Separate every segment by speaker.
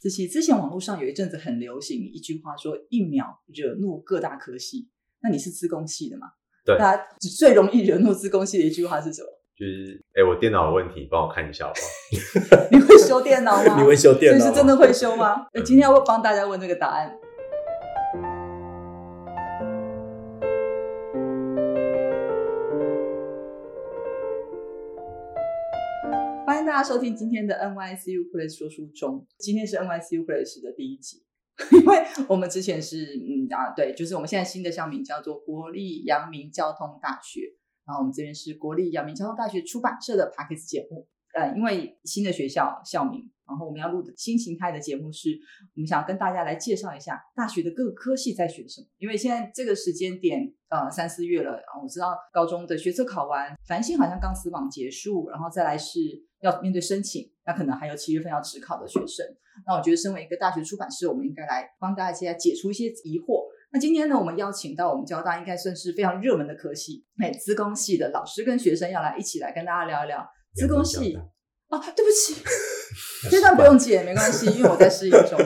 Speaker 1: 这些之前网络上有一阵子很流行一句话说，一秒惹怒各大科系。那你是资工系的嘛？
Speaker 2: 对
Speaker 1: 大家最容易惹怒资工系的一句话是什么？
Speaker 2: 就是哎、我电脑有问题，帮我看一下好不好？
Speaker 1: 你会修电脑吗？
Speaker 3: 你会修电脑哦
Speaker 1: 所以
Speaker 3: 吗嗯
Speaker 1: 是真的会修吗？呃今天要帮大家问这个答案。欢迎大家收听今天的 NYCU Place 说书中，今天是 NYCU Place 的第一集， 因为我们之前是嗯啊对，就是我们现在新的校名叫做国立阳明交通大学，然后我们这边是国立阳明交通大学出版社的 p a c k e s 节目，呃，因为新的学校校名，然后我们要录的新形态的节目是，我们想要跟大家来介绍一下大学的各个科系在学什么。因为现在这个时间点，呃，三四月了，然后我知道高中的学测考完，繁星好像刚死榜结束，然后再来是要面对申请，那可能还有七月份要职考的学生。那我觉得，身为一个大学出版社，我们应该来帮大家解除一些疑惑。那今天呢，我们邀请到我们交大应该算是非常热门的科系，哎，资工系的老师跟学生要来一起来跟大家聊一聊资工系
Speaker 3: 阳明交大
Speaker 1: 啊，对不起，这段不用剪没关系，因为我在适应中。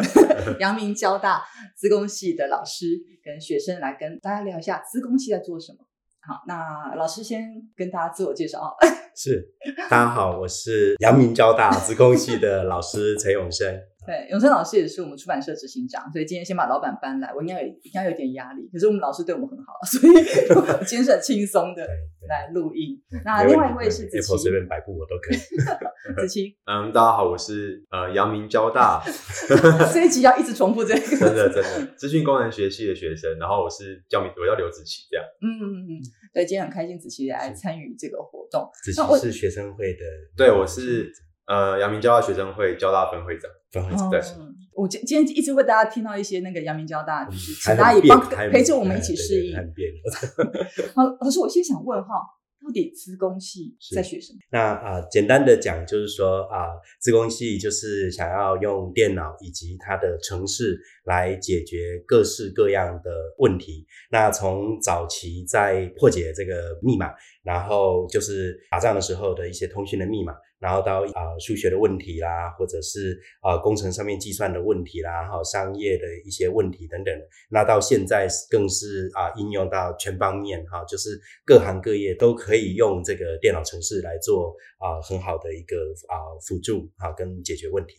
Speaker 1: 阳明交大资工系的老师跟学生来跟大家聊一下资工系在做什么。好，那老师先跟大家自我介绍啊，
Speaker 3: 是，大家好，我是阳明交大资工系的老师陈 永生。
Speaker 1: 对，永生老师也是我们出版社执行长，所以今天先把老板搬来，我应该有应该有点压力。可是我们老师对我们很好， 所以我今天是很轻松的来录音。那
Speaker 3: 嗯没问
Speaker 1: 啊另
Speaker 3: 题
Speaker 1: 外一位是子
Speaker 3: ，Apple 随
Speaker 1: 琪，
Speaker 3: 便摆布我都可以。
Speaker 1: 子 琪
Speaker 2: 嗯，大家好，我是呃阳明交大，
Speaker 1: 这一集要一直重复这
Speaker 2: 真
Speaker 1: 个，
Speaker 2: 的真的资讯工程学系的学生，然后我是叫名，我叫刘子琪，这样
Speaker 1: 嗯嗯嗯，嗯对，今天很开心子琪来参与这个活动。
Speaker 3: 子
Speaker 1: 那我
Speaker 3: 琪是学生会的，
Speaker 2: 对我是呃阳明交大学生会交大分会长，
Speaker 3: 分会
Speaker 1: 哦
Speaker 3: 长，
Speaker 2: 对
Speaker 1: 我今今天一直为大家听到一些那个阳明交大的知识，
Speaker 3: 嗯还
Speaker 1: 大家
Speaker 3: 很
Speaker 1: 也
Speaker 3: 别
Speaker 1: 帮
Speaker 3: 扭还很
Speaker 1: 陪着我们一起
Speaker 3: 对对
Speaker 1: 适应
Speaker 3: 还。很别扭。
Speaker 1: 好，老师，我先想问哈，到底资工系在学什么？
Speaker 3: 那啊、呃简单的讲就是说啊，自工系就是想要用电脑以及它的城市来解决各式各样的问题。那从早期在破解这个密码，然后就是打仗的时候的一些通讯的密码，然后到啊、呃数学的问题啦，或者是啊、呃工程上面计算的问题啦，还有商业的一些问题等等的那到现在更是啊、应用到全方面哈、就是各行各业都可以用这个电脑程式来做啊、很好的一个啊、辅助啊跟解决问题。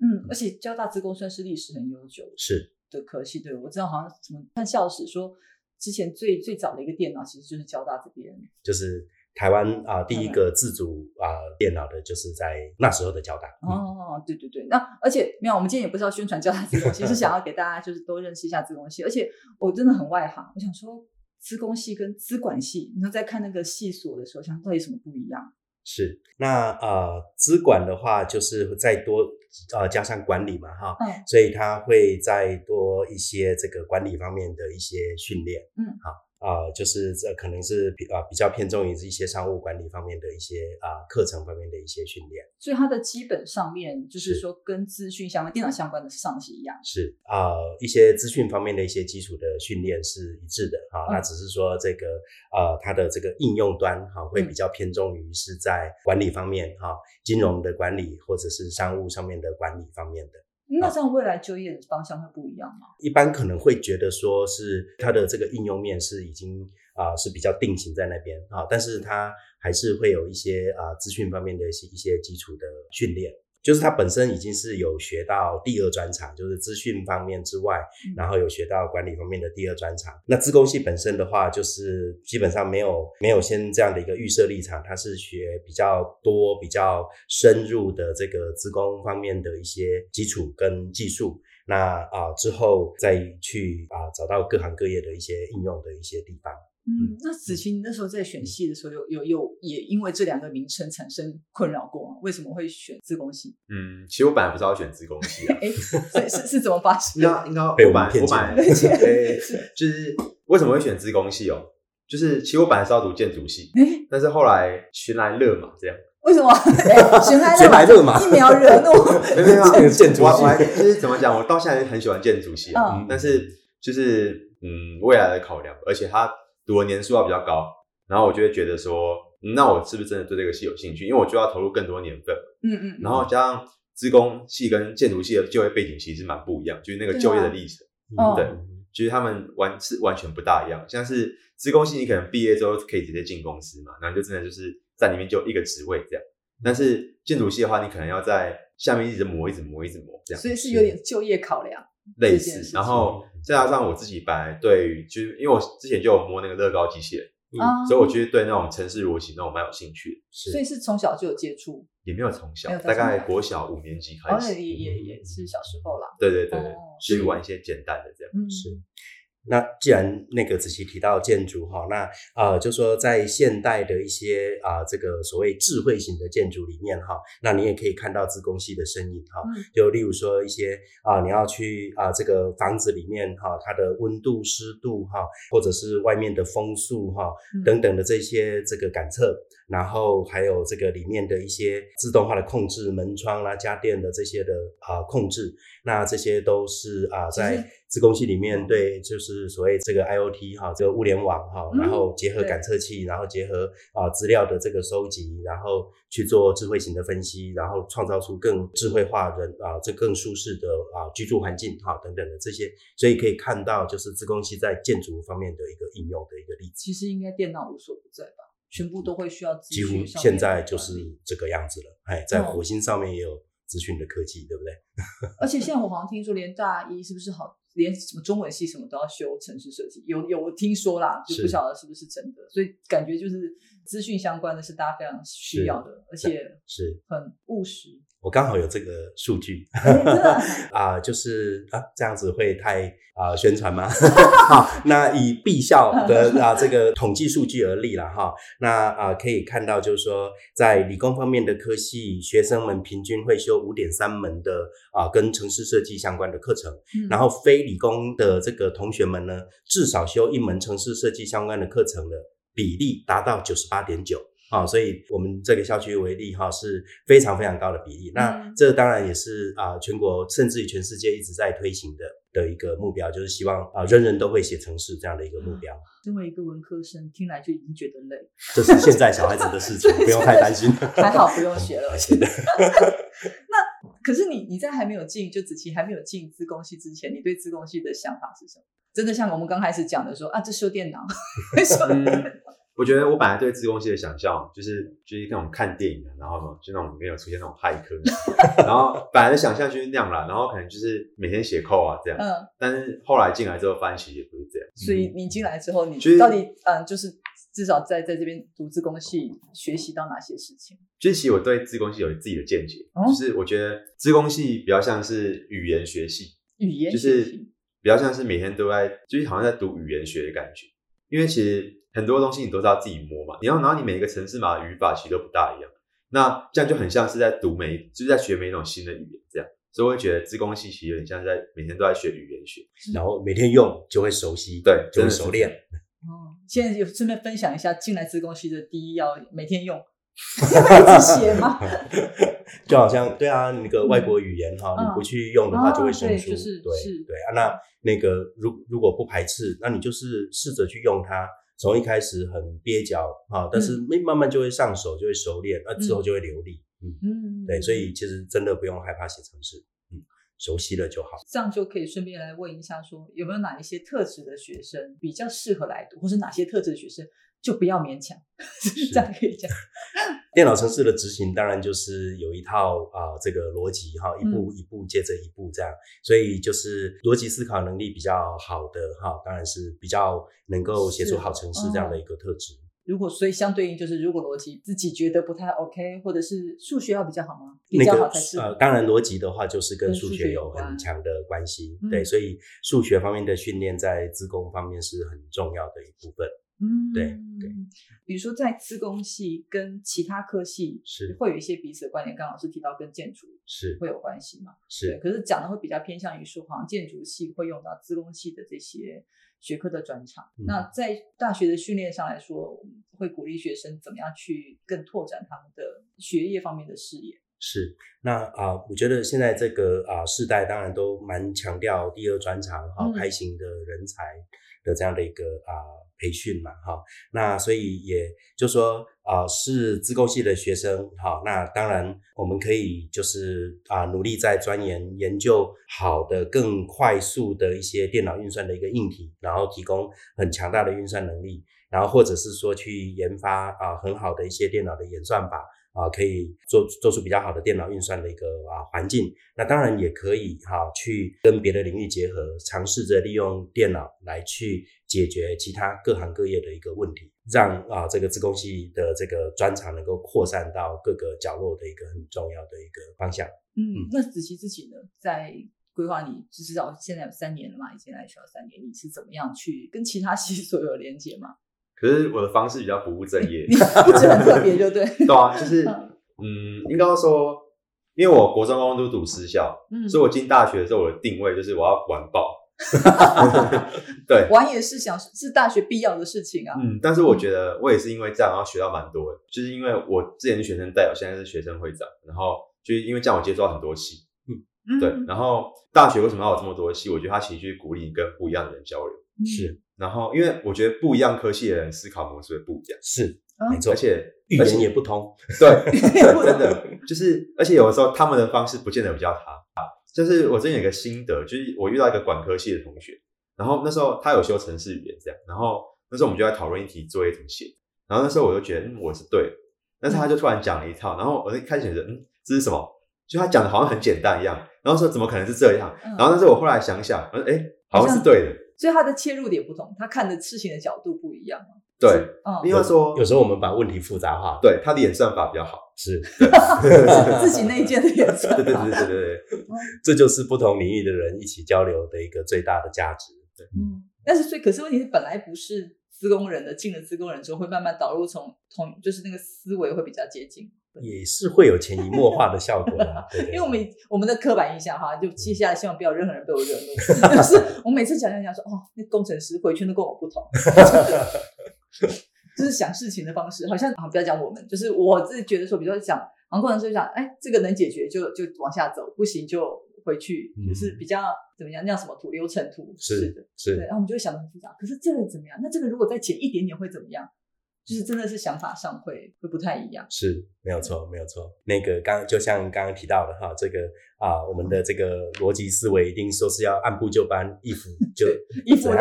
Speaker 1: 嗯，而且交大资工算是历史很悠久的
Speaker 3: 是
Speaker 1: 的科系，对我知道好像什么看校史说，之前最最早的一个电脑其实就是交大这边，
Speaker 3: 就是台湾啊、第一个自主啊、电脑的就是在那时候的交大。嗯
Speaker 1: 哦，对对对，那而且没有，我们今天也不是要宣传交大资工系，是想要给大家就是多认识一下资工系。而且我真的很外行，我想说资工系跟资管系，你知道在看那个系所的时候，想到底什么不一样？
Speaker 3: 是，那呃，资管的话就是再多呃加上管理嘛哈，
Speaker 1: 嗯
Speaker 3: 所以他会再多一些这个管理方面的一些训练，
Speaker 1: 嗯
Speaker 3: 好啊、就是这可能是比啊、比较偏重于是一些商务管理方面的一些啊、课程方面的一些训练，
Speaker 1: 所以它的基本上面就是
Speaker 3: 是
Speaker 1: 说跟资讯相关、电脑相关的上的是一样。
Speaker 3: 是啊、一些资讯方面的一些基础的训练是一致的
Speaker 1: 嗯
Speaker 3: 哈、那只是说这个呃它的这个应用端哈、会
Speaker 1: 嗯
Speaker 3: 比较偏重于是在管理方面哈、金融的管理或者是商务上面的管理方面的。
Speaker 1: 那这样未来就业的方向会不一样吗？
Speaker 3: 一般可能会觉得说是它的这个应用面是已经啊、是比较定型在那边啊，但是它还是会有一些啊、资讯方面的一些一些基础的训练，就是它本身已经是有学到第二专长，就是资讯方面之外，
Speaker 1: 嗯
Speaker 3: 然后有学到管理方面的第二专长。那自工系本身的话，就是基本上没有没有先这样的一个预设立场，它是学比较多、比较深入的这个自工方面的一些基础跟技术。那啊、之后再去啊、找到各行各业的一些应用的一些地方。
Speaker 1: 嗯，那子晴，你那时候在
Speaker 3: 嗯
Speaker 1: 选系的时候，有有有也因为这两个名称产生困扰过吗？为什么会选自贡系？
Speaker 2: 嗯，其实我本来不知道选资工系 啊，
Speaker 1: 哎，是是是怎么发生
Speaker 2: 应
Speaker 1: 的？
Speaker 2: 该应该
Speaker 3: 被
Speaker 2: 我
Speaker 3: 我
Speaker 2: 本
Speaker 3: 们
Speaker 2: 来
Speaker 3: 骗
Speaker 2: 我
Speaker 3: 进
Speaker 2: 本
Speaker 3: 来
Speaker 2: 来 对就是为什么会选资工系哦？就是其实我本来是要读建筑系，
Speaker 1: 哎，
Speaker 2: 但是后来寻来乐嘛，这样。
Speaker 1: 为 什么？哎寻来
Speaker 3: 谁来
Speaker 1: 热
Speaker 3: 热嘛
Speaker 1: 一秒惹 怒。
Speaker 2: 没有啊没有没有
Speaker 3: 建筑系
Speaker 2: 我我还就是怎么讲，我到现在很喜欢建筑系啊，
Speaker 1: 嗯
Speaker 2: 但是就是嗯未来的考量，而且他读的年数要比较高，然后我就会觉得说，嗯那我是不是真的对这个系有兴趣？因为我就要投入更多年份，
Speaker 1: 嗯嗯，
Speaker 2: 然后加上资工系跟建筑系的就业背景其实蛮不一样，就是那个
Speaker 1: 对啊
Speaker 2: 就业的历程，
Speaker 3: 嗯
Speaker 1: 哦
Speaker 2: 对其实他们完是完全不大一样。像是资工系，你可能毕业之后可以直接进公司嘛，然后就真的就是在里面就一个职位这样。但是建筑系的话，你可能要在下面一直磨，一直磨，一直磨，这样
Speaker 1: 所以是有点就业考量。
Speaker 2: 类
Speaker 1: 这件事
Speaker 2: 似。
Speaker 1: 情
Speaker 2: 然后再加上我自己本来对于，就是因为我之前就有摸那个乐高机器人，
Speaker 3: 嗯
Speaker 1: 啊
Speaker 2: 所以我觉得对那种城市逻辑那种蛮有兴趣的，
Speaker 3: 是
Speaker 1: 所以是从小就有接触，
Speaker 2: 也没有从小
Speaker 1: 没，有到
Speaker 2: 大概
Speaker 1: 从小
Speaker 2: 国小五年级开
Speaker 1: 好像
Speaker 2: 始，
Speaker 1: 也也也是小时候啦。
Speaker 2: 对对对对
Speaker 1: 哦，
Speaker 2: 所以玩一些简单的这样。
Speaker 1: 嗯，
Speaker 3: 是。那既然那个子琪提到建筑哈，那呃，就说在现代的一些啊、这个所谓智慧型的建筑里面哈，那你也可以看到自工系的身影哈。
Speaker 1: 嗯
Speaker 3: 就例如说一些啊、你要去啊、这个房子里面哈、它的温度、湿度哈、或者是外面的风速哈、
Speaker 1: 嗯
Speaker 3: 等等的这些这个感测，然后还有这个里面的一些自动化的控制，门窗啦、家电的这些的啊、控制，那这些都是啊、
Speaker 1: 其实嗯
Speaker 3: 在自工系里面对，就是所谓这个 IOT 哈、这个物联网哈、
Speaker 1: 嗯
Speaker 3: 然后结合
Speaker 1: 对
Speaker 3: 感测器，然后结合啊、资料的这个收集，然后去做智慧型的分析，然后创造出更智慧化人啊、这更舒适的啊、居住环境哈、等等的这些，所以可以看到就是自工系在建筑方面的一个应用的一个例子。
Speaker 1: 其实应该电脑无所不在吧，全部都会需要资
Speaker 3: 几
Speaker 1: 讯上
Speaker 3: 乎
Speaker 1: 面
Speaker 3: 现在就
Speaker 1: 的
Speaker 3: 是
Speaker 1: 管理
Speaker 3: 这个样子了。哎，在
Speaker 1: 嗯
Speaker 3: 火星上面也有资讯的科技，对不对？
Speaker 1: 而且现在我好像听说，连大一是不是好，连什么中文系什么都要修城市设计，有有我听说啦，就是不晓得是不是真的，所以感觉就是资讯相关的是大家非常需要的，而且
Speaker 3: 是
Speaker 1: 很务实，
Speaker 3: 我刚好有这个数据
Speaker 1: 哎真的
Speaker 3: 啊、就是啊，这样子会太啊、宣传 吗？好，那以 B 校的啊、这个统计数据而立了哈，那啊、可以看到就是说，在理工方面的科系，学生们平均会修五点三门的啊、跟城市设计相关的课程。
Speaker 1: 嗯
Speaker 3: 然后非理工的这个同学们呢，至少修一门城市设计相关的课程的比例达到九十八点九。啊、所以我们这个校区为例哈、是非常非常高的比例。那
Speaker 1: 嗯
Speaker 3: 这当然也是啊、全国甚至于全世界一直在推行的的一个目标，就是希望啊、人人都会写城市这样的一个
Speaker 1: 嗯
Speaker 3: 目标。
Speaker 1: 身为一个文科生，听来就已经觉得累，
Speaker 3: 这是现在小孩子的
Speaker 1: ，
Speaker 3: 事情
Speaker 1: 对
Speaker 3: 不用太担心。
Speaker 1: 还好不用学了。
Speaker 3: 是的
Speaker 1: 可是你你在还没有进就子琪还没有进资工系之前，你对资工系的想法是什么？真的像我们刚开始讲的说啊，这修 电脑， 修
Speaker 2: 嗯，我觉得我本来对自贡系的想象就是就是那种看电影的，然后就那种里面有出现那种骇客， 然后本来的想象就是那样啦，然后可能就是每天写扣啊这样。
Speaker 1: 嗯，
Speaker 2: 但是后来进来之后，发现其实也不是这样。
Speaker 1: 所
Speaker 3: 嗯
Speaker 1: 以你进来之后，你
Speaker 2: 其实
Speaker 1: 到底嗯，就是至少在在这边读自工系学习到哪些事情？
Speaker 2: 就是其实我对自工系有自己的见解，
Speaker 1: 哦
Speaker 2: 就是我觉得自工系比较像是语言学系，
Speaker 1: 语言
Speaker 2: 就是
Speaker 1: 学习
Speaker 2: 比较像是每天都在，就是好像在读语言学的感觉。因为其实很多东西你都是要自己摸嘛，然后然后你每一个城市码的语法其实都不大一样，那这样就很像是在读每，就是在学每一种新的语言这样。所以我会觉得自工系其实有点像是在每天都在学语言学。
Speaker 3: 然后每天用就会熟悉，
Speaker 2: 对
Speaker 3: 就
Speaker 2: 真
Speaker 3: 会
Speaker 2: 的是
Speaker 3: 熟练。
Speaker 1: 哦，现在有顺便分享一下进来自工系的第一要每天 用，一直写吗？
Speaker 3: 就好像对啊，那个外国语言哈、
Speaker 1: 嗯
Speaker 3: 你不去用的话
Speaker 1: 哦
Speaker 3: 就会生
Speaker 1: 对
Speaker 3: 疏，
Speaker 1: 就是
Speaker 3: 对
Speaker 1: 是
Speaker 3: 对啊。那那个如如果不排斥，那你就是试着去用它。从一开始很蹩脚啊，但是
Speaker 1: 嗯
Speaker 3: 慢慢慢就会上手，就会熟练，那、之后就会流利。嗯，
Speaker 1: 嗯，
Speaker 3: 对，所以其实真的不用害怕写程式，嗯，熟悉了就好。
Speaker 1: 这样就可以顺便来问一下说，有没有哪一些特质的学生比较适合来读，或是哪些特质的学生就不要勉强， 是这样可以讲。
Speaker 3: 电脑程式的执行当然就是有一套啊、这个逻辑哈，一
Speaker 1: 嗯
Speaker 3: 步一步接着一步这样，所以就是逻辑思考能力比较好的哈，当然是比较能够写出好程式这样
Speaker 1: 嗯
Speaker 3: 的一个特质。
Speaker 1: 如果所以相对应就是，如果逻辑自己觉得不太 OK，或者是数学要比较好吗？比
Speaker 3: 那
Speaker 1: 较
Speaker 3: 个
Speaker 1: 好才是、
Speaker 3: 呃，当然逻辑的话就是跟
Speaker 1: 跟
Speaker 3: 数
Speaker 1: 数
Speaker 3: 学
Speaker 1: 学
Speaker 3: 有
Speaker 1: 有
Speaker 3: 很
Speaker 1: 关
Speaker 3: 强的关系，
Speaker 1: 嗯
Speaker 3: 对，所以数学方面的训练在自工方面是很重要的一部分。
Speaker 1: 嗯
Speaker 3: 对对。
Speaker 1: 比如说在资工系跟其他科系
Speaker 3: 是
Speaker 1: 会有一些彼此的观点，刚刚老师提到跟建筑
Speaker 3: 是
Speaker 1: 会有关系嘛？对，
Speaker 3: 是，
Speaker 1: 可是讲的会比较偏向于说，好像建筑系会用到资工系的这些学科的专长。
Speaker 3: 嗯
Speaker 1: 那在大学的训练上来说，我们会鼓励学生怎么样去更拓展他们的学业方面的视野。嗯
Speaker 3: 是，那啊、我觉得现在这个啊、世代当然都蛮强调第二专长哈、
Speaker 1: 嗯
Speaker 3: 开型的人才的这样的一个啊、培训嘛哈、那所以也就说啊、是自贡系的学生哈、那当然我们可以就是啊、努力在钻研研究好的、更快速的一些电脑运算的一个硬体，然后提供很强大的运算能力，然后或者是说去研发啊、很好的一些电脑的演算法。啊，可以做做出比较好的电脑运算的一个啊环境。那当然也可以哈、去跟别的领域结合，尝试着利用电脑来去解决其他各行各业的一个问题，让啊这个自贡系的这个专长能够扩散到各个角落的一个很重要的一个方向。
Speaker 1: 嗯，那子琪自己呢，在规划你至少现在有三年了嘛，已经来学校三年，你是怎么样去跟其他系所有连接吗？
Speaker 2: 可是我的方式比较不务正 业
Speaker 1: 你，一直很特别， 就对。
Speaker 2: 对 啊，就是
Speaker 1: 嗯
Speaker 2: 嗯，应该说，因为我国中、高中都读私校，
Speaker 1: 嗯，
Speaker 2: 所以我进大学的时候，我的定位就是我要玩爆。对，
Speaker 1: 玩也是想是大学必要的事情啊。
Speaker 2: 嗯，但是我觉得我也是因为这样，然后学到蛮多的。就是因为我之前是学生代表，现在是学生会长，然后就是因为这样，我接触到很多戏。
Speaker 1: 嗯
Speaker 2: 对，然后大学为什么要有这么多戏？我觉得它其实就是鼓励你跟不一样的人交流。
Speaker 3: 是
Speaker 2: 然后，因为我觉得不一样科系的人思考模式会不一样，
Speaker 3: 是，
Speaker 1: 嗯
Speaker 3: 没错
Speaker 2: 而，且
Speaker 3: 语
Speaker 2: 而且
Speaker 3: 言也不通。
Speaker 2: 对对，真的就是，而且有的时候他们的方式不见得比较他。就是我之前有一个心得，就是我遇到一个管科系的同学，然后那时候他有修程式语言这样，然后那时候我们就在讨论一题作业怎么写，然后那时候我就觉得嗯我是对的，但是他就突然讲了一套，然后我一开始觉得嗯这是什么？就他讲的好像很简单一样，然后说怎么可能是这样？
Speaker 1: 嗯
Speaker 2: 然后但是我后来想想，嗯哎好像是对的，
Speaker 1: 所以他的切入点不同，他看的事情的角度不一样。
Speaker 2: 对，
Speaker 1: 嗯，
Speaker 2: 因为说
Speaker 3: 有时候我们把问题复杂化，
Speaker 2: 对他的演算法比较好，
Speaker 3: 是，
Speaker 1: 自己内建的也算
Speaker 2: 对对对对对对，
Speaker 3: 这就是不同领域的人一起交流的一个最大的价值。
Speaker 1: 嗯，但是所以可是问题是，本来不是资工人的，进了资工人之后会慢慢导入从同就是那个思维会比较接近，
Speaker 3: 也是会有潜移默化的效果啦，对对
Speaker 1: 因为我们我们的刻板印象哈，就接下来希望不要有任何人被我惹怒， 就是我每次讲讲讲说哦，那工程师回圈都跟我不同。 就是想事情的方式，好像啊，不要讲我们，就是我自己觉得说，比如说讲，好像工程师就想，哎，这个能解决就就往下走，不行就回去，
Speaker 3: 嗯
Speaker 1: 就是比较怎么样，那叫什么图流程图
Speaker 3: 是
Speaker 1: 的，对，
Speaker 3: 是
Speaker 1: 然后我们就会想的很复杂。可是这个怎么样？那这个如果再减一点点会怎么样？就是真的是想法上会会不太一样。
Speaker 3: 是，没有错，没有错。那个刚就像刚刚提到的哈，这个啊，我们的这个逻辑思维一定说是要按部就班，if 就
Speaker 1: 衣服
Speaker 3: 怎
Speaker 1: 对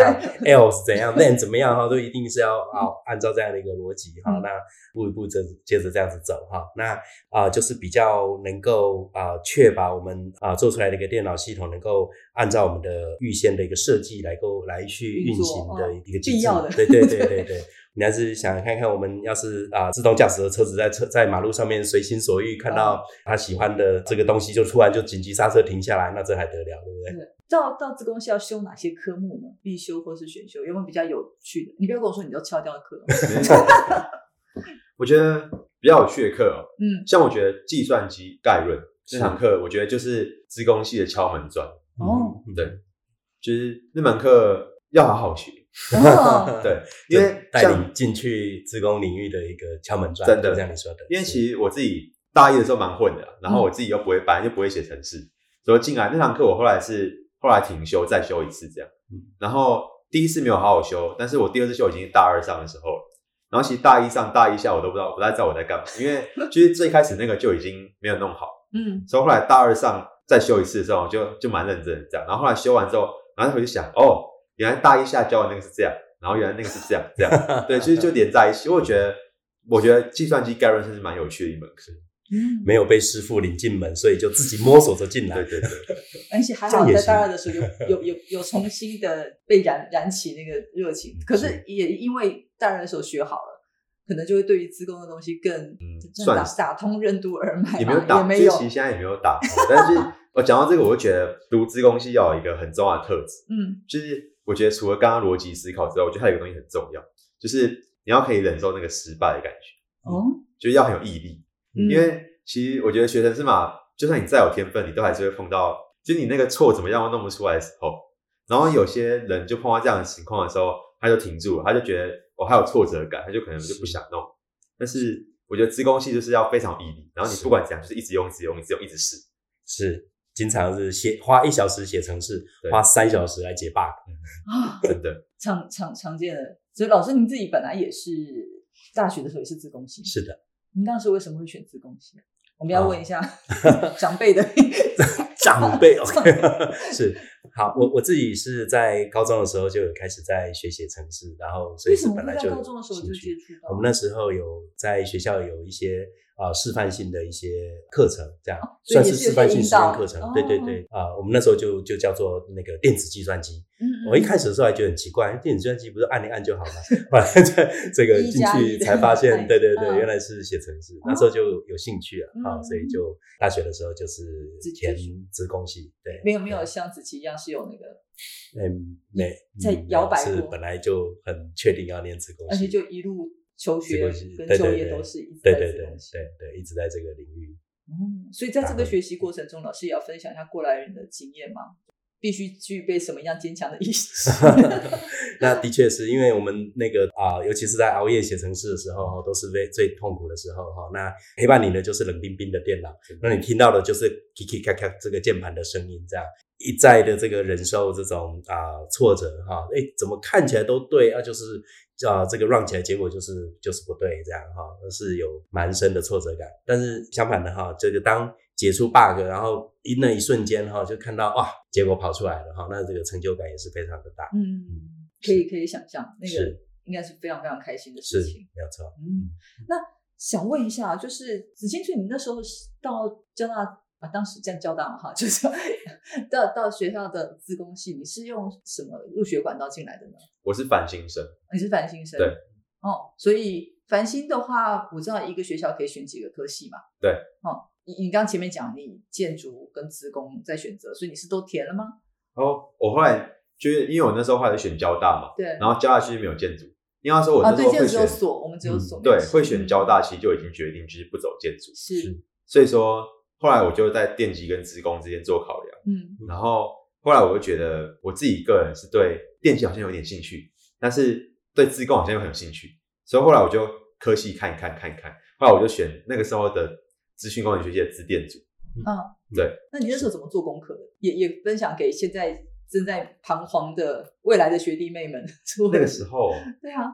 Speaker 3: 样，，else 怎样，then 怎么样哈，都一定是要啊按照这样的一个逻辑哈，
Speaker 1: 嗯
Speaker 3: 那步一步这接着这样子走哈，那啊、就是比较能够啊、确保我们啊、做出来的一个电脑系统能够按照我们的预先的一个设计来够来去
Speaker 1: 运
Speaker 3: 运
Speaker 1: 作
Speaker 3: 行的
Speaker 1: 哦
Speaker 3: 一个机制，
Speaker 1: 必要的
Speaker 3: 对对对对对。你还是想看看，我们要是啊、自动驾驶的车子在车在马路上面随心所欲，看
Speaker 1: 嗯
Speaker 3: 到他喜欢的这个东西，就突然就紧急刹车停下来，那这还得了，对不对？
Speaker 1: 对，到到自贡系要修哪些科目呢？必修或是选修，有没有比较有趣的？你不要跟我说你都翘掉课。
Speaker 2: 我觉得比较有趣的课哦，
Speaker 1: 嗯，
Speaker 2: 像我觉得计算机概论这堂课，我觉得就是资工系的敲门砖，
Speaker 1: 哦
Speaker 3: 嗯，
Speaker 2: 对就是那门课要好好学，
Speaker 1: 然 后
Speaker 2: 对，
Speaker 3: 就
Speaker 2: 因为
Speaker 3: 带
Speaker 2: 像
Speaker 3: 你进去自工领域的一个敲门砖，
Speaker 2: 真的
Speaker 3: 就像你说的，
Speaker 2: 因为
Speaker 3: 是
Speaker 2: 其实我自己大一的时候蛮混的啊，然后我自己又不会，本来就不会写程式，所以进来那堂课我后来是后来停修再修一次这样
Speaker 3: 嗯，
Speaker 2: 然后第一次没有好好修，但是我第二次修已经是大二上的时候了。然后其实大一上、大一下我都不知道，我不太知道我在干嘛，因为就是最开始那个就已经没有弄好，
Speaker 1: 嗯，
Speaker 2: 所以后来大二上再修一次的时候，我就就蛮认真的这样。然后后来修完之后，然后回去想，哦，原来大一下教的那个是这样，然后原来那个是这样，这样，对，就是就连在一起。我觉得，我觉得计算机概论是蛮有趣的一门课。
Speaker 1: 嗯，
Speaker 3: 没有被师傅领进门，所以就自己摸索着进
Speaker 2: 对
Speaker 3: 来。
Speaker 2: 对 对，
Speaker 1: 嗯而且还
Speaker 3: 这
Speaker 1: 好
Speaker 3: 样也
Speaker 1: 在
Speaker 3: 行
Speaker 1: 大二的时候有有有有重新的被燃燃起那个热情，可是也因为大二的时候学好了，可能就会对于自贡的东西更
Speaker 2: 算
Speaker 1: 打打通任督二脉吧，
Speaker 2: 也没有打，
Speaker 1: 也没
Speaker 2: 就
Speaker 1: 有
Speaker 2: 是其实现在也没有打。哦但是我讲到这个，我就觉得读资工系要有一个很重要的特质，
Speaker 1: 嗯
Speaker 2: 就是我觉得除了刚刚逻辑思考之外，我觉得还有一个东西很重要，就是你要可以忍受那个失败的感觉，
Speaker 1: 哦，
Speaker 2: 就是要很有毅力。
Speaker 1: 嗯
Speaker 2: 因为其实我觉得学生是嘛，就算你再有天分，你都还是会碰到，就是你那个错怎么样都弄不出来的时候，然后有些人就碰到这样的情况的时候，他就停住了，他就觉得我、哦、还有挫折感，他就可能就不想弄。但是我觉得资工系就是要非常毅力，然后你
Speaker 3: 是
Speaker 2: 不管怎样，就是一直用，一直用，一直用，一直试。
Speaker 3: 是经常是写花一小时写程式，
Speaker 2: 对
Speaker 3: 花三小时来解 bug。
Speaker 1: 啊，
Speaker 2: 真的，
Speaker 1: 常常常见的。所以老师您自己本来也是大学的时候也是自贡系，
Speaker 3: 是的，
Speaker 1: 您当时为什么会选自贡系？我们要
Speaker 3: 啊
Speaker 1: 问一下 长辈的
Speaker 3: 长
Speaker 2: 哦
Speaker 3: 辈 OK 是好，我我自己是在高中的时候就有开始在学写程式，然后所以
Speaker 1: 为什
Speaker 3: 是
Speaker 1: 么
Speaker 3: 本
Speaker 1: 会
Speaker 3: 来
Speaker 1: 在
Speaker 3: 就有
Speaker 1: 高中的时候
Speaker 3: 兴
Speaker 1: 就接
Speaker 3: 趣
Speaker 1: 触到？
Speaker 3: 我们那时候有在学校有一些啊、呃示范性的一些课程，这样、
Speaker 1: 哦所以
Speaker 3: 算
Speaker 1: 也
Speaker 3: 是
Speaker 1: 是有
Speaker 3: 示范
Speaker 1: 些
Speaker 3: 性
Speaker 1: 引
Speaker 3: 实验
Speaker 1: 导
Speaker 3: 课程。
Speaker 1: 哦
Speaker 3: 对对对啊、我们那时候就就叫做那个电子计算机。
Speaker 1: 嗯嗯
Speaker 3: 我一开始的时候还觉得很奇怪，电子计算机不是按一按就好吗？后来在这个
Speaker 1: 一
Speaker 3: 进
Speaker 1: 加一
Speaker 3: 去
Speaker 1: 的
Speaker 3: 才发现，
Speaker 1: 对
Speaker 3: 对对对，
Speaker 1: 嗯
Speaker 3: 原来是写程式。那时候就有兴趣了啊，
Speaker 1: 嗯
Speaker 3: 所以就大学的时候就是
Speaker 1: 自己
Speaker 3: 填
Speaker 1: 去
Speaker 3: 职工系。对，
Speaker 1: 没有没有像子琪一样是有那个，
Speaker 3: 嗯，没
Speaker 1: 在
Speaker 3: 嗯
Speaker 1: 摇摆
Speaker 3: 是
Speaker 1: 过
Speaker 3: 本来就很确定要念职工
Speaker 1: 而
Speaker 3: 系
Speaker 1: 且，就一路求
Speaker 3: 自
Speaker 1: 学
Speaker 3: 贡系
Speaker 1: 跟
Speaker 3: 对
Speaker 1: 就
Speaker 3: 对
Speaker 1: 业
Speaker 3: 对
Speaker 1: 都是一直
Speaker 3: 对
Speaker 1: 在
Speaker 3: 对
Speaker 1: 自
Speaker 3: 对
Speaker 1: 贡系。
Speaker 3: 对对，一直在这个领域。
Speaker 1: 嗯，所以在这个学习过程中，老师也要分享一下过来人的经验吗？必须具备什么样坚强的意 志？
Speaker 3: 那的确是因为我们那个啊、尤其是在熬夜写程式的时候，哈，都是最最痛苦的时候哈。那陪伴你的就是冷冰冰的电脑，那你听到的就是 kiki 咔咔这个键盘的声音，这样一再的这个忍受这种啊、挫折哈。哎、怎么看起来都对啊，就是啊、这个 run 起来结果就是就是不对这样哈，是有蛮深的挫折感。但是相反的哈，这个当解出 bug，然后一那一瞬间哈，就看到哇，结果跑出来了哈，那这个成就感也是非常的大。
Speaker 1: 嗯，可以可以想象，那个
Speaker 3: 是
Speaker 1: 应该是非常非常开心的
Speaker 3: 是
Speaker 1: 事情。
Speaker 3: 没有错。
Speaker 1: 嗯，那想问一下，就是子清，所以你那时候是到交大啊，当时在交大嘛哈，就是到到学校的自工系，你是用什么入学管道进来的呢？
Speaker 2: 我是反新生，
Speaker 1: 你是繁星生，
Speaker 2: 对，
Speaker 1: 哦，所以繁星的话，我知道一个学校可以选几个科系嘛，
Speaker 2: 对，
Speaker 1: 哦，你你刚前面讲你建筑跟职工在选择，所以你是都填了吗？
Speaker 2: 然后我后来就是因为我那时候后来选交大嘛，
Speaker 1: 对，
Speaker 2: 然后交大其实没有建筑，因为那时候我
Speaker 1: 啊，
Speaker 2: 那时
Speaker 1: 对，
Speaker 2: 候
Speaker 1: 建
Speaker 2: 会
Speaker 1: 筑只
Speaker 2: 选、
Speaker 1: 有所，我们只有
Speaker 3: 嗯
Speaker 1: 所，
Speaker 2: 对
Speaker 1: 没有
Speaker 2: 会
Speaker 1: 系
Speaker 2: 选交大，其实就已经决定就是不走建筑，
Speaker 1: 是，
Speaker 2: 所以说后来我就在电机跟职工之间做考量。
Speaker 1: 嗯
Speaker 2: 然后后来我就觉得我自己个人是对电机好像有点兴趣，但是对自贡好像又很有兴趣，所以后来我就科系看一看看一看，后来我就选那个时候的资讯工程学系的自电组，
Speaker 1: 嗯，
Speaker 2: 对。
Speaker 1: 那你那时候怎么做功课的？也也分享给现在正在彷徨的未来的学弟妹们。
Speaker 2: 那个时候，
Speaker 1: 对啊，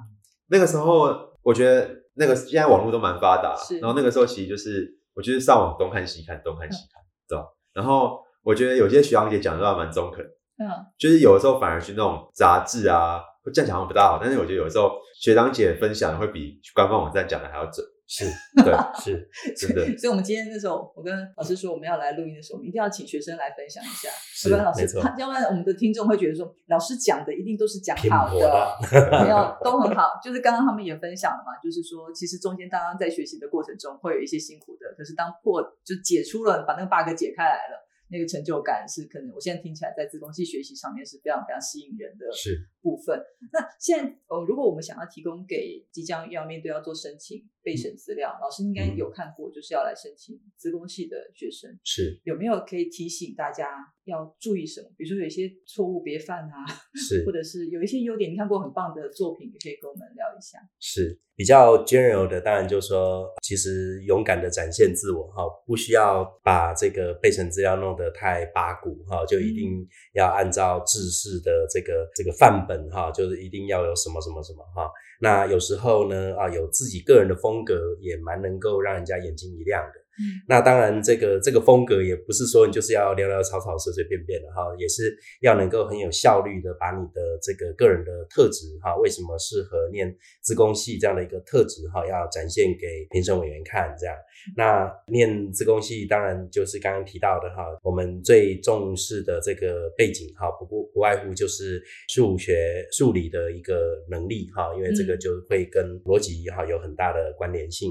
Speaker 2: 那个时候我觉得那个现在网络都蛮发达
Speaker 1: 是，
Speaker 2: 然后那个时候其实就是我就是上网东看西看东看
Speaker 1: 嗯
Speaker 2: 西看，对吧？然后我觉得有些学长姐讲的都还蛮中肯，
Speaker 1: 嗯，
Speaker 2: 就是有的时候反而去那种杂志啊，这样讲好像不大好，但是我觉得有时候学长姐分享的会比官方网站讲的还要准，
Speaker 3: 是
Speaker 2: 对，
Speaker 3: 是，
Speaker 2: 真的
Speaker 1: 所以，我们今天那时候，我跟老师说我们要来录音的时候，我们一定要请学生来分享一下，
Speaker 3: 是
Speaker 1: 要不然老
Speaker 3: 没
Speaker 1: 师
Speaker 3: 错
Speaker 1: 他，要不然我们的听众会觉得说，老师讲的一定都是讲
Speaker 3: 拼
Speaker 1: 好
Speaker 3: 搏的，
Speaker 1: 没有都很好。就是刚刚他们也分享了嘛，就是说，其实中间大家在学习的过程中会有一些辛苦的，可是当破就解出了，把那个 bug 解开来了，那个成就感是可能我现在听起来在自工系学习上面是非常非常吸引人的
Speaker 3: 是
Speaker 1: 部分。 那现在呃，如果我们想要提供给即将要面对要做申请备审资料，老师应该有看过，就是要来申请资工系的学生，
Speaker 3: 是
Speaker 1: 有没有可以提醒大家要注意什么？比如说有一些错误别犯啊，
Speaker 3: 是
Speaker 1: 或者是有一些优点，你看过很棒的作品，也可以跟我们聊一下。
Speaker 3: 是，比较 general 的，当然就说，其实勇敢的展现自我哈，不需要把这个备审资料弄得太八股哈，就
Speaker 1: 嗯
Speaker 3: 一定要按照制式的这个这个范本哈，就是一定要有什么什么什么哈。那有时候呢啊，有自己个人的风格，也蛮能够让人家眼睛一亮的。
Speaker 1: 嗯，
Speaker 3: 那当然，这个这个风格也不是说你就是要潦潦草草、随随便便的哈，也是要能够很有效率的把你的这个个人的特质哈，为什么适合念自工系这样的一个特质哈，要展现给评审委员看这样。
Speaker 1: 嗯
Speaker 3: 那念自工系当然就是刚刚提到的哈，我们最重视的这个背景哈，不不不外乎就是数学、数理的一个能力哈，因为这个
Speaker 1: 嗯
Speaker 3: 就会跟逻辑哈有很大的关联性。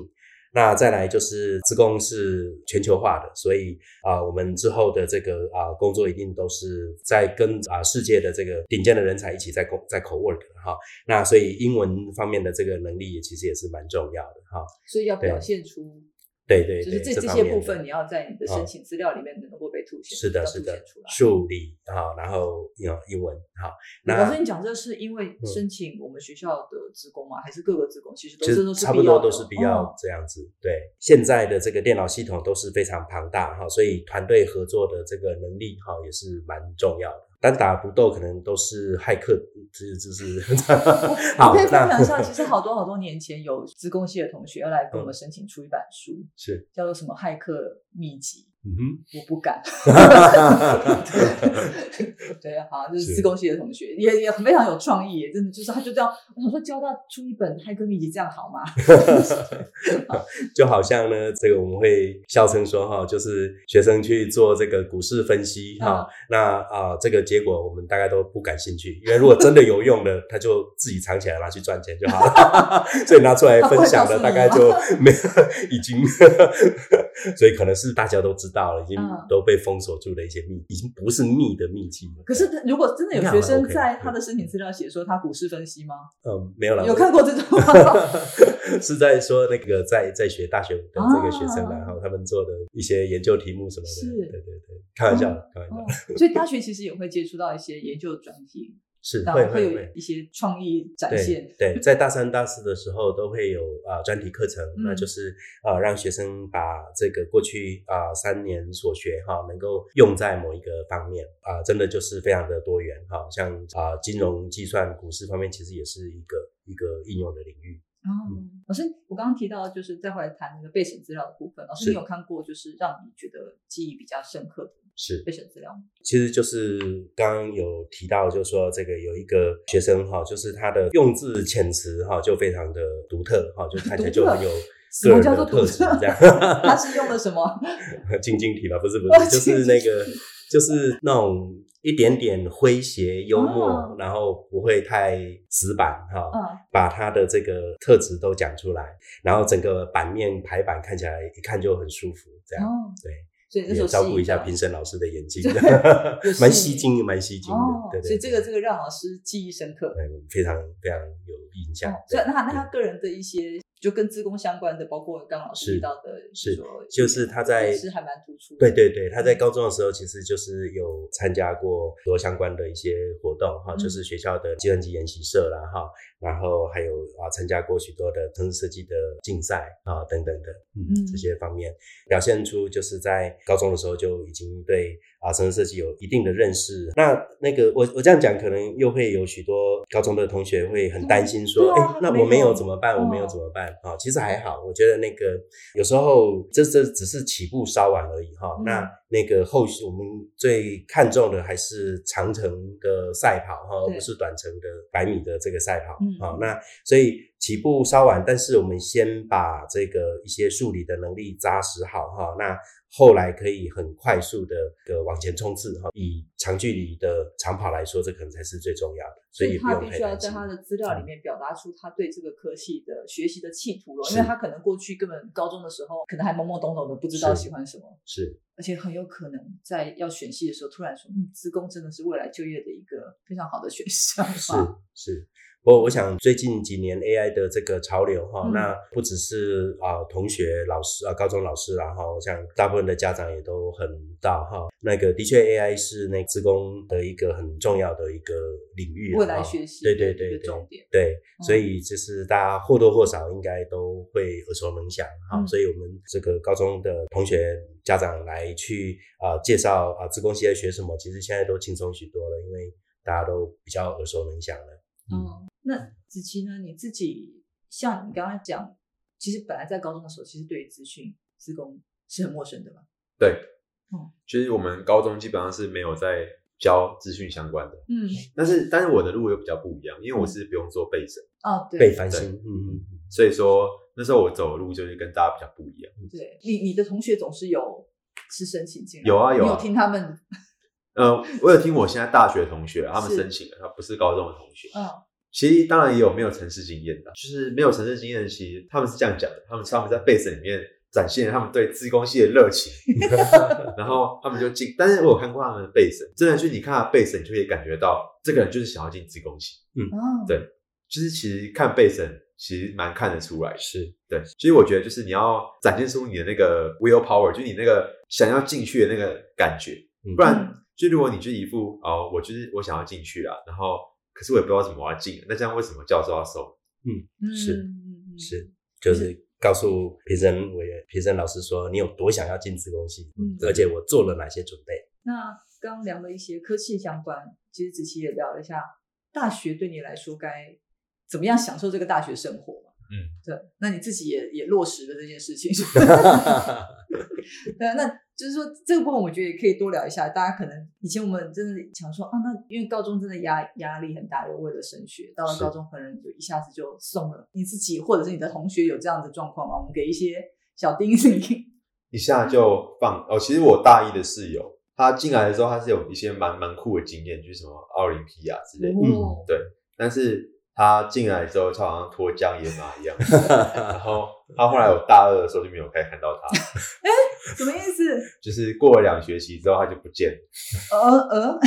Speaker 3: 那再来就是自贡是全球化的，所以啊、我们之后的这个啊、工作一定都是在跟啊、世界的这个顶尖的人才一起在工在 co work 哈。那所以英文方面的这个能力也其实也是蛮重要的哈。
Speaker 1: 所以要表
Speaker 3: 对
Speaker 1: 现出
Speaker 3: 对对
Speaker 1: 就是
Speaker 3: 对，
Speaker 1: 这
Speaker 3: 这
Speaker 1: 这
Speaker 3: 方
Speaker 1: 些
Speaker 3: 面
Speaker 1: 部
Speaker 3: 的哦
Speaker 1: 分，你要在你的申请资料里面能够被凸显，
Speaker 3: 是的，
Speaker 1: 要
Speaker 3: 是
Speaker 1: 凸显
Speaker 3: 的
Speaker 1: 出，来。
Speaker 3: 数理好，然后有英文好，那
Speaker 1: 老师，你讲这是因为
Speaker 3: 嗯
Speaker 1: 申请我们学校的职工吗？还是各个职工其实都
Speaker 3: 就是
Speaker 1: 都是
Speaker 3: 差不
Speaker 1: 必要
Speaker 3: 多
Speaker 1: 的
Speaker 3: 都是必要
Speaker 1: 哦
Speaker 3: 这样子。对，现在的这个电脑系统都是非常庞大哈，所以团队合作的这个能力哈也是蛮重要的。单打独斗可能都是骇客，就是就是 好
Speaker 1: 我可以分
Speaker 3: 那
Speaker 1: 享一下， 其实好多好多年前有资工系的同学要来跟我
Speaker 3: 嗯
Speaker 1: 们申请出一本书，
Speaker 3: 是
Speaker 1: 叫做什么《骇客秘籍
Speaker 3: 嗯哼，》，
Speaker 1: 我不敢。 对，好，就是
Speaker 3: 是
Speaker 1: 资工系的同学，也也非常有创意，真的就是他就这样，我想说教他出一本《骇客秘籍》，这样好吗？
Speaker 3: 就好像呢，这个我们会笑称说哈，就是学生去做这个股市分析
Speaker 1: 嗯
Speaker 3: 哈，那啊、这个结果我们大概都不感兴趣，因为如果真的有用的，他就自己藏起来拿去赚钱就好 了，所以拿出来分享的大概就没有，已经， 所以可能是大家都知道了，已经
Speaker 1: 嗯
Speaker 3: 都被封锁住的一些秘，已经不是密的秘籍了。
Speaker 1: 可是如果真的有
Speaker 3: 那
Speaker 1: 学
Speaker 3: 还
Speaker 1: 生
Speaker 3: OK，
Speaker 1: 在
Speaker 3: 嗯
Speaker 1: 他的申请资料写说他股市分析吗？
Speaker 3: 嗯，没有了，
Speaker 1: 有看过这种 吗？
Speaker 3: 是在说那个在在学大学的这个学生啊，
Speaker 1: 啊
Speaker 3: 然后他们做的一些研究题目什么
Speaker 1: 是
Speaker 3: 的，对对对，开玩笑，开玩笑，
Speaker 1: 哦，所以大学其实也会接触到一些研究专题，
Speaker 3: 是
Speaker 1: 然
Speaker 3: 会
Speaker 1: 后哦会
Speaker 3: 会
Speaker 1: 有
Speaker 3: 会。
Speaker 1: 一些创意展
Speaker 3: 对
Speaker 1: 现。哦
Speaker 3: 对，在大三、大四的时候都会有啊、呃专题课程，
Speaker 1: 嗯
Speaker 3: 那就是呃让学生把这个过去啊、呃三年所学哈、能够用在某一个方面啊、真的就是非常的多元哈、像啊、金融、计算、股市方面，其实也是一个一个应用的领域。
Speaker 1: 然后，
Speaker 3: 嗯
Speaker 1: 老师，我刚刚提到就是再回来谈那个备审资料的部分，老师
Speaker 3: 是
Speaker 1: 你有看过就是让你觉得记忆比较深刻的
Speaker 3: 是，
Speaker 1: 备审资料吗？
Speaker 3: 其实就是刚刚有提到，就是说这个有一个学生哈，就是他的用字遣词哈就非常的独特哈，就看起来就很有
Speaker 1: 什
Speaker 3: 个
Speaker 1: 么
Speaker 3: 人
Speaker 1: 叫
Speaker 3: 的
Speaker 1: 做独
Speaker 3: 特质
Speaker 1: 特
Speaker 3: 这样。？
Speaker 1: 他是用了什么？
Speaker 3: 晶晶体吧，不是不
Speaker 1: 哦
Speaker 3: 是，就是那个就是那种一点点诙谐幽默，
Speaker 1: 哦
Speaker 3: 然后不会太死板哈。
Speaker 1: 嗯，
Speaker 3: 把他的这个特质都讲出来，然后整个版面排版看起来一看就很舒服，这样、
Speaker 1: 哦，
Speaker 3: 对，
Speaker 1: 所以那时
Speaker 3: 也
Speaker 1: 候
Speaker 3: 照
Speaker 1: 吸
Speaker 3: 顾
Speaker 1: 引
Speaker 3: 一下
Speaker 1: 到
Speaker 3: 评审老师的眼睛
Speaker 1: 对，
Speaker 3: 蛮吸睛，蛮吸睛的。
Speaker 1: 哦，
Speaker 3: 对对，
Speaker 1: 所以这个
Speaker 3: 对
Speaker 1: 这个让老师记忆深刻。
Speaker 3: 嗯非常非常有印象
Speaker 1: 哦。所以
Speaker 3: 对
Speaker 1: 那他那他个人的一些就跟自工相关的，包括刚刚老师
Speaker 3: 是
Speaker 1: 提到的，
Speaker 3: 是
Speaker 1: 说
Speaker 3: 就是他在
Speaker 1: 是还蛮突出的。嗯
Speaker 3: 对对对，他在高中的时候其实就是有参加过很多相关的一些活动哈，
Speaker 1: 嗯
Speaker 3: 就是学校的计算机研习社啦哈，然后还有啊参加过许多的城市设计的竞赛啊等等的，
Speaker 1: 嗯
Speaker 3: 嗯，这些方面表现出就是在高中的时候就已经对啊城市设计有一定的认识。那那个我我这样讲，可能又会有许多高中的同学会很担心说，
Speaker 1: 嗯对
Speaker 3: 哎、
Speaker 1: 啊
Speaker 3: 那
Speaker 1: 没
Speaker 3: 我没有
Speaker 1: 有
Speaker 3: 怎么办？我没有
Speaker 1: 嗯
Speaker 3: 怎么办？啊、其实还好，我觉得那个有时候这这只是起步稍晚而已哈、
Speaker 1: 嗯
Speaker 3: 那那个后续我们最看重的还是长程的赛跑哈，
Speaker 1: 对
Speaker 3: 而不是短程的百米的这个赛跑。
Speaker 1: 嗯
Speaker 3: 好、那所以起步稍晚，但是我们先把这个一些数理的能力扎实好哈、那后来可以很快速的个往前冲刺哈、以长距离的长跑来说，这可能才是最重要的，所以也不
Speaker 1: 他
Speaker 3: 用
Speaker 1: 必
Speaker 3: 太
Speaker 1: 须要
Speaker 3: 担
Speaker 1: 在
Speaker 3: 心。嗯
Speaker 1: 他的资料里面表达出他对这个科系的学习的企图了，因
Speaker 3: 是
Speaker 1: 为他可能过去根本高中的时候，可能还懵懵懂懂的，不知道
Speaker 3: 是
Speaker 1: 喜欢什么，
Speaker 3: 是
Speaker 1: 而且很有可能在要选系的时候，突然说，嗯，资工真的是未来就业的一个非常好的选项吧。
Speaker 3: 是是，我我想最近几年 AI 的这个潮流哈、
Speaker 1: 嗯
Speaker 3: 那不只是啊、同学、老师啊、高中老师啦哈，我想大部分的家长也都很到哈。那个的确 AI 是那个职工的一个很重要的一个领域啊，
Speaker 1: 未来
Speaker 3: 哈
Speaker 1: 学习
Speaker 3: 对对
Speaker 1: 的
Speaker 3: 对
Speaker 1: 一个
Speaker 3: 对
Speaker 1: 重点
Speaker 3: 对，所
Speaker 1: 嗯
Speaker 3: 以就是大家或多或少应该都会耳熟能详哈、
Speaker 1: 嗯
Speaker 3: 所以我们这个高中的同学家长来去啊、介绍啊、自贡系在学什么，其实现在都轻松许多了，因为大家都比较耳熟能详了。
Speaker 1: 嗯，那子琪呢？你自己像你刚刚讲，其实本来在高中的时候，其实对于资讯、资工是很陌生的吧？
Speaker 2: 对，
Speaker 1: 嗯
Speaker 2: 就是我们高中基本上是没有在教资讯相关的，
Speaker 1: 嗯，
Speaker 2: 但是但是我的路又比较不一样，因为我是不用做备审，
Speaker 1: 哦，对，
Speaker 3: 被翻新，嗯嗯，嗯
Speaker 2: 所以说那时候我走的路就是跟大家比较不一样。
Speaker 1: 对你你的同学总是有是申请进来，
Speaker 2: 有啊有啊
Speaker 1: 你有听他们，
Speaker 2: 呃，我有听我现在大学同学他们
Speaker 1: 是
Speaker 2: 申请了，他不是高中的同学，
Speaker 1: 嗯，
Speaker 2: 其实当然也有没有城市经验的，就是没有城市经验，其实他们是这样讲的，他们他们在备审里面展现了他们对自工系的热情，
Speaker 3: 嗯
Speaker 2: 然后他们就进。但是我有看过他们的备审，真的去你看他备审，你就可以感觉到这个人就是想要进自工系。
Speaker 1: 哦，
Speaker 2: 对就是其实看备审，其实蛮看得出来的。
Speaker 3: 是
Speaker 2: 对，所以我觉得就是你要展现出你的那个 will power，就是你那个想要进去的那个感觉，
Speaker 3: 嗯
Speaker 2: 不然就如果你就一副哦，我就是我想要进去啦，然后可是我也不知道怎么我要进，那这样为什么教授要收？
Speaker 1: 嗯
Speaker 3: 是
Speaker 1: 嗯嗯
Speaker 3: 是，就是告诉评审委员、评审老师说你有多想要进自贡系，
Speaker 1: 嗯
Speaker 3: 而且我做了哪些准备。
Speaker 1: 那刚聊了一些科系相关，其实子琪也聊了一下大学对你来说该怎么样享受这个大学生活嘛。
Speaker 2: 嗯，
Speaker 1: 对，那你自己也也落实了这件 事情。对，那就是说这个部分，我觉得也可以多聊一下。大家可能以前我们真的想说啊，那因为高中真的压压力很大，又为了升学，到了
Speaker 2: 是
Speaker 1: 高中可能就一下子就送了。你自己或者是你的同学有这样的状况吗？我们给一些小叮咛。
Speaker 2: 一下就放哦。其实我大一的室友，他进来的时候他是有一些蛮蛮酷的经验，就是什么奥林匹亚之类的，
Speaker 1: 哦
Speaker 3: 嗯
Speaker 2: 但是他进来之后，他好像脱缰野马一样。然后他后来我大二的时候就没有再看到他，嗯
Speaker 1: 什么意思？
Speaker 2: 就是过了两学期之后他就不见了，
Speaker 1: 呃呃，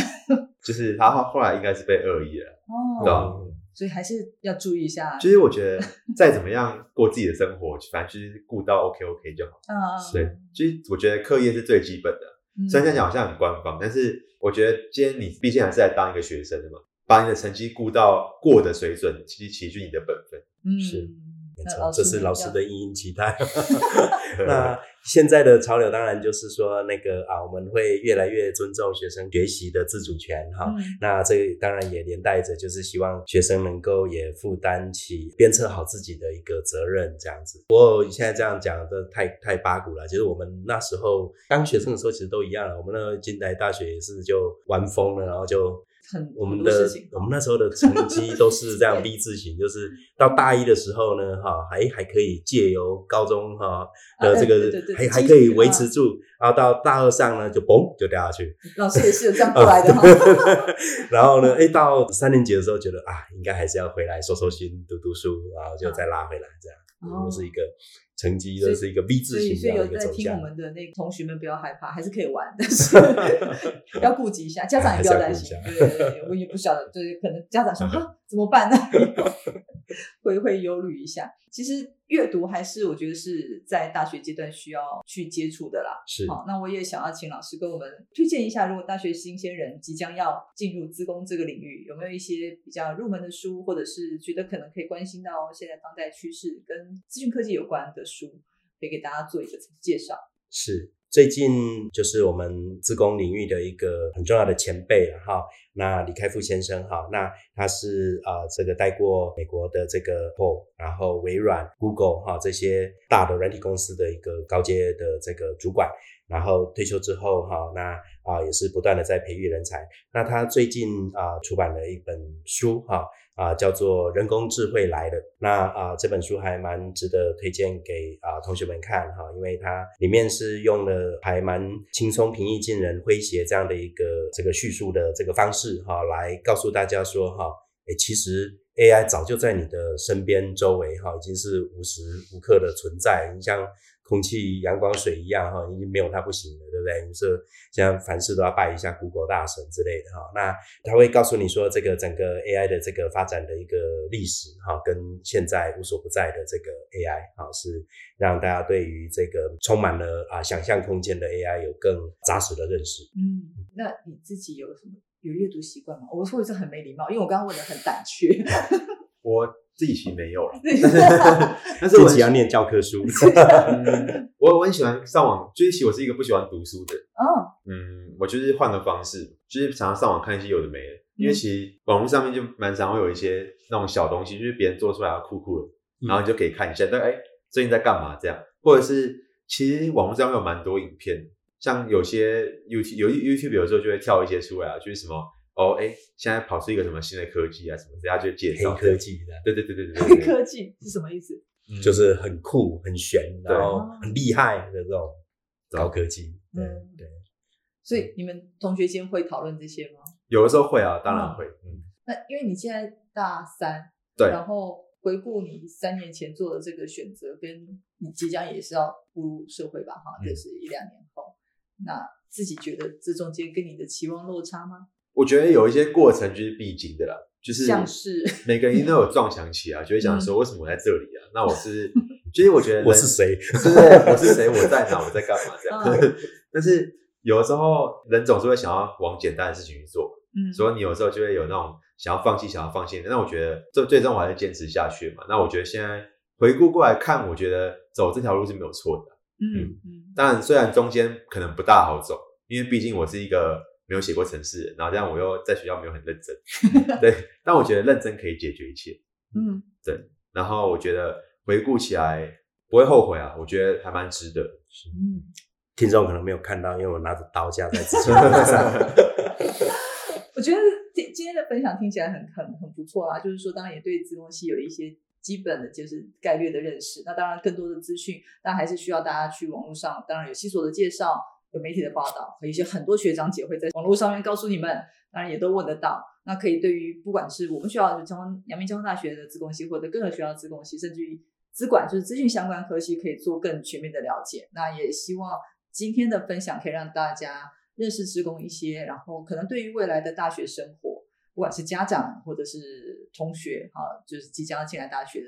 Speaker 2: 就是他后后来应该是被恶意了，
Speaker 3: 嗯
Speaker 2: 对啊
Speaker 1: 哦，
Speaker 2: 吧？
Speaker 1: 所以还是要注意一下。
Speaker 2: 就是我觉得再怎么样过自己的生活，反正就是顾到 OK OK 就好。
Speaker 1: 嗯，
Speaker 2: 对，就是我觉得课业是最基本的，
Speaker 1: 嗯
Speaker 2: 虽然这样讲好像很官方，但是我觉得今天你毕竟还是来当一个学生的嘛，把你的成绩顾到过的水准，其实其实就是你的本分。
Speaker 1: 嗯，
Speaker 3: 是
Speaker 1: 那
Speaker 3: 没错
Speaker 1: 老，师
Speaker 3: 这是老师
Speaker 1: 要
Speaker 3: 的殷殷期待。 那现在的潮流当然就是说，那个啊，我们会越来越尊重学生学习的自主权哈。
Speaker 1: 嗯
Speaker 3: 那这当然也连带着，就是希望学生能够也负担起鞭策好自己的一个责任，这样子。我现在这样讲，真的太太八股了。其实我们那时候当学生的时候，其实都一样了。我们那进来大学也是就玩疯了，然后就
Speaker 1: 很
Speaker 3: 我们
Speaker 1: 很多
Speaker 3: 的
Speaker 1: 事情
Speaker 3: 我们那时候的成绩 都是这样
Speaker 1: 对
Speaker 3: V 字形，就是到大一的时候呢，哈，还还可以借由高中哈
Speaker 1: 啊
Speaker 3: 的这
Speaker 1: 对
Speaker 3: 个
Speaker 1: 对对
Speaker 3: 还
Speaker 1: 对
Speaker 3: 还
Speaker 1: 继
Speaker 3: 可以
Speaker 1: 续
Speaker 3: 维
Speaker 1: 啊
Speaker 3: 持住，然后到大二上呢就嘣就掉下去，
Speaker 1: 老师也是有这样
Speaker 3: 啊
Speaker 1: 过 来的哈。
Speaker 3: 然后呢，哎，到三年级的时候觉得啊，应该还是要回来收收心、读读书，然后就再拉回来这样，
Speaker 1: 哦
Speaker 3: 就是一个成绩
Speaker 1: 所
Speaker 3: 都
Speaker 1: 以
Speaker 3: 是一个 V
Speaker 1: 所
Speaker 3: 字
Speaker 1: 以，
Speaker 3: 形
Speaker 1: 所
Speaker 3: 这
Speaker 1: 以
Speaker 3: 样的
Speaker 1: 有
Speaker 3: 一个
Speaker 1: 在
Speaker 3: 走
Speaker 1: 听我
Speaker 3: 向。
Speaker 1: 们的那个同学们不要害怕，还是可以玩， 但是要顾及一下，家长也不要担心。
Speaker 3: 还
Speaker 1: 对对对，我也不晓得，就是可能家长
Speaker 3: 嗯
Speaker 1: 想啊怎么办呢？ 会会忧虑一下。其实阅读还是我觉得是在大学阶段需要去接触的啦。
Speaker 3: 是
Speaker 1: 好，那我也想要请老师跟我们推荐一下，如果大学新鲜人即将要进入资工这个领域，有没有一些比较入门的书，或者是觉得可能可以关心到现在当代趋势跟资讯科技有关的书，可以给大家做一个介绍？
Speaker 3: 是最近就是我们自工领域的一个很重要的前辈了哈，那李开复先生哈，那他是啊、呃这个带过美国的这个 Apple，然后微软、Google 哈这些大的软体公司的一个高阶的这个主管，然后退休之后哈，那啊、也是不断的在培育人才。那他最近啊、出版了一本书哈，啊、叫做《人工智慧来了》。那啊、这本书还蛮值得推荐给啊、同学们看哈、因为它里面是用了还蛮轻松、平易近人、诙谐这样的一个这个叙述的这个方式哈、来告诉大家说哈，诶、其实 AI 早就在你的身边周围哈、已经是无时无刻的存在，你像。空气、阳光、水一样哈，已经没有它不行了，对不对？你说现在凡事都要拜一下 Google 大神之类的哈。那他会告诉你说，这个整个 AI 的这个发展的一个历史哈，跟现在无所不在的这个 AI 哈，是让大家对于这个充满了啊想象空间的 AI 有更扎实的认识。
Speaker 1: 嗯，那你自己有什么有阅读习惯吗？我说的是很没礼貌，因为我刚刚问的很胆怯。
Speaker 2: 我自己其实没有了，但是
Speaker 3: 近
Speaker 2: 我
Speaker 3: 期要念教科书，
Speaker 2: 嗯我我很喜欢 上网，就是其实我是一个不喜欢读书的人。
Speaker 1: 哦，
Speaker 2: 嗯，我就是换个方式，就是常常上网看一些有的没的，因为
Speaker 3: 嗯
Speaker 2: 其实网络上面就蛮常会有一些那种小东西，就是别人做出来的酷酷的，
Speaker 3: 嗯
Speaker 2: 然后你就可以看一下，但哎、最近在干嘛这样，或者是其实网络上有蛮多影片，像有些 YouTube 有 YouTube 有时候就会跳一些出来啊，就是什么哦哎、现在跑出一个什么新的科技啊什么的，大家就介
Speaker 3: 黑
Speaker 2: 绍
Speaker 3: 科，技的。
Speaker 2: 对对对对对对
Speaker 1: 黑
Speaker 2: 对，
Speaker 1: 科技是什么意思？
Speaker 2: 嗯
Speaker 3: 就是很酷、很悬，
Speaker 2: 对
Speaker 3: 然后很厉害的这种高科技。对
Speaker 1: 嗯
Speaker 3: 对，
Speaker 1: 所以你们同学间会讨论这些吗？
Speaker 2: 有的时候会啊，当然会，嗯，
Speaker 1: 那因为你现在大三，
Speaker 2: 对
Speaker 1: 然后回顾你三年前做的这个选择，跟你即将也是要步入社会吧，哈，
Speaker 3: 嗯
Speaker 1: 就是一两年后，那自己觉得这中间跟你的期望落差吗？
Speaker 2: 我觉得有一些过程就是必经的啦，就是
Speaker 1: 像是
Speaker 2: 每个人一定都有撞墙期啊，
Speaker 1: 嗯
Speaker 2: 就会想说为什么我在这里 啊？那我是，其实我觉得人
Speaker 3: 我是谁？
Speaker 2: 对不对？我是谁？我在哪？我在干嘛？这样
Speaker 1: 嗯。
Speaker 2: 但是有的时候人总是会想要往简单的事情去做，
Speaker 1: 嗯，
Speaker 2: 所以你有时候就会有那种想要放弃、想要放弃的。那我觉得这最终我还是坚持下去嘛。那我觉得现在回顾过来看，我觉得走这条路是没有错的。
Speaker 1: 嗯嗯
Speaker 2: 当然，虽然中间可能不大好走，因为毕竟我是一个没有写过程式的人，然后这样我又在学校没有很认真， 对。但我觉得认真可以解决一切。
Speaker 1: 嗯，
Speaker 2: 然后我觉得回顾起来不会后悔啊，我觉得还蛮值得。
Speaker 1: 嗯，
Speaker 3: 听众可能没有看到，因为我拿着刀架在自己的身上。
Speaker 2: 嗯
Speaker 1: 我觉得今今天的分享听起来很很很不错啦，就是说，当然也对自动系有一些基本的就是概略的认识。那当然，更多的资讯，那还是需要大家去网络上，当然有系所的介绍，有媒体的报道，有一些很多学长姐会在网络上面告诉你们，当然也都问得到。那可以对于不管是我们学校就交阳明交通大学的资工系，或者各个学校的资工系，甚至于资管就是资讯相关科系，可以做更全面的了解。那也希望今天的分享可以让大家认识职工一些，然后可能对于未来的大学生活，不管是家长或者是同学啊，就是即将要进来大学的，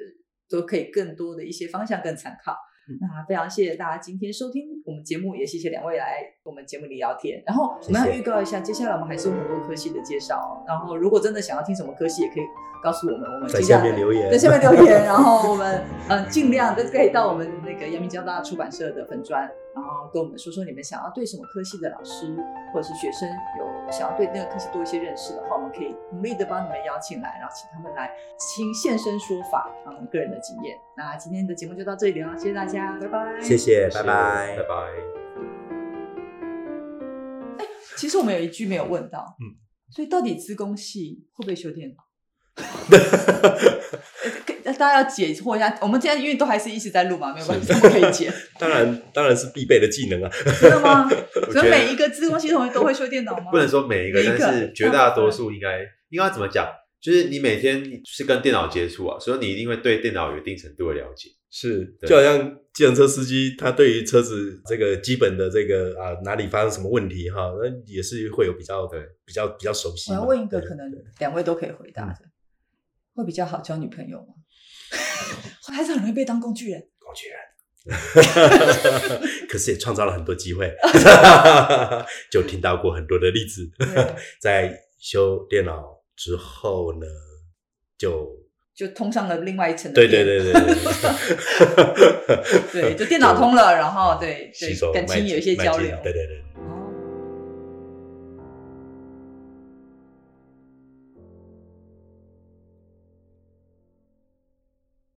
Speaker 1: 都可以更多的一些方向更参考。
Speaker 3: 嗯
Speaker 1: 那非常谢谢大家今天收听我们节目，也谢谢两位来我们节目里聊天。然后我们
Speaker 3: 谢
Speaker 1: 要
Speaker 3: 谢
Speaker 1: 预告一下，接下来我们还是有很多科系的介绍哦。然后如果真的想要听什么科系，也可以告诉我们，我们
Speaker 3: 在
Speaker 1: 接下
Speaker 3: 下
Speaker 1: 来
Speaker 3: 面留言，
Speaker 1: 在下面留言，然后我们呃尽量都可以到我们那个阳明交大出版社的粉砖，然后跟我们说说你们想要对什么科系的老师或者是学生有想要对那个科系多一些认识的话，我们可以努力的帮你们邀请来，然后请他们来亲现身说法，他们个人的经验。那今天的节目就到这里了，谢谢大家，拜拜。
Speaker 3: 谢。谢，拜
Speaker 2: 谢
Speaker 3: 拜
Speaker 2: 谢拜。拜。
Speaker 1: 其实我们有一句没有问到，
Speaker 3: 嗯
Speaker 1: 嗯，所以到底资工系会不会修电 脑？呃大家要解惑一下，我们现在因为都还是一直在录嘛，没有关系，我们可以解。
Speaker 3: 当然，当然是必备的技能啊。
Speaker 1: 真的吗？
Speaker 2: 我觉
Speaker 1: 所以每
Speaker 2: 得
Speaker 1: 一个自工系统都会修电脑吗？
Speaker 2: 不能说每一个，
Speaker 1: 每一
Speaker 2: 但
Speaker 1: 个嗯
Speaker 2: 是绝大多数应该应该怎么讲？就是你每天是跟电脑接触啊，所以你一定会对电脑有一定程度的了解。
Speaker 3: 是，
Speaker 2: 对
Speaker 3: 就好像计程车司机，他对于车子这个基本的这个啊哪里发生什么问题哈，那也是会有比较
Speaker 2: 对
Speaker 3: 比较比较熟悉
Speaker 1: 我
Speaker 3: 嘛。
Speaker 1: 要问一个，
Speaker 3: 嗯对
Speaker 1: 可能两位都可以回答的，会比较好交女朋友吗？还是很容易被当工具人。
Speaker 3: 工具人，可是也创造了很多机 会，就听到过很多的例子。
Speaker 1: 对
Speaker 3: 在修电脑之后呢， 就
Speaker 1: 就通上了另外一层的
Speaker 3: 对
Speaker 1: 电。
Speaker 3: 对对对 对，
Speaker 1: 对，就电脑通了，然后对
Speaker 3: 洗手
Speaker 1: 对感情
Speaker 3: 麦
Speaker 1: 也有一些
Speaker 3: 麦
Speaker 1: 交
Speaker 3: 金
Speaker 1: 流。
Speaker 3: 对对对，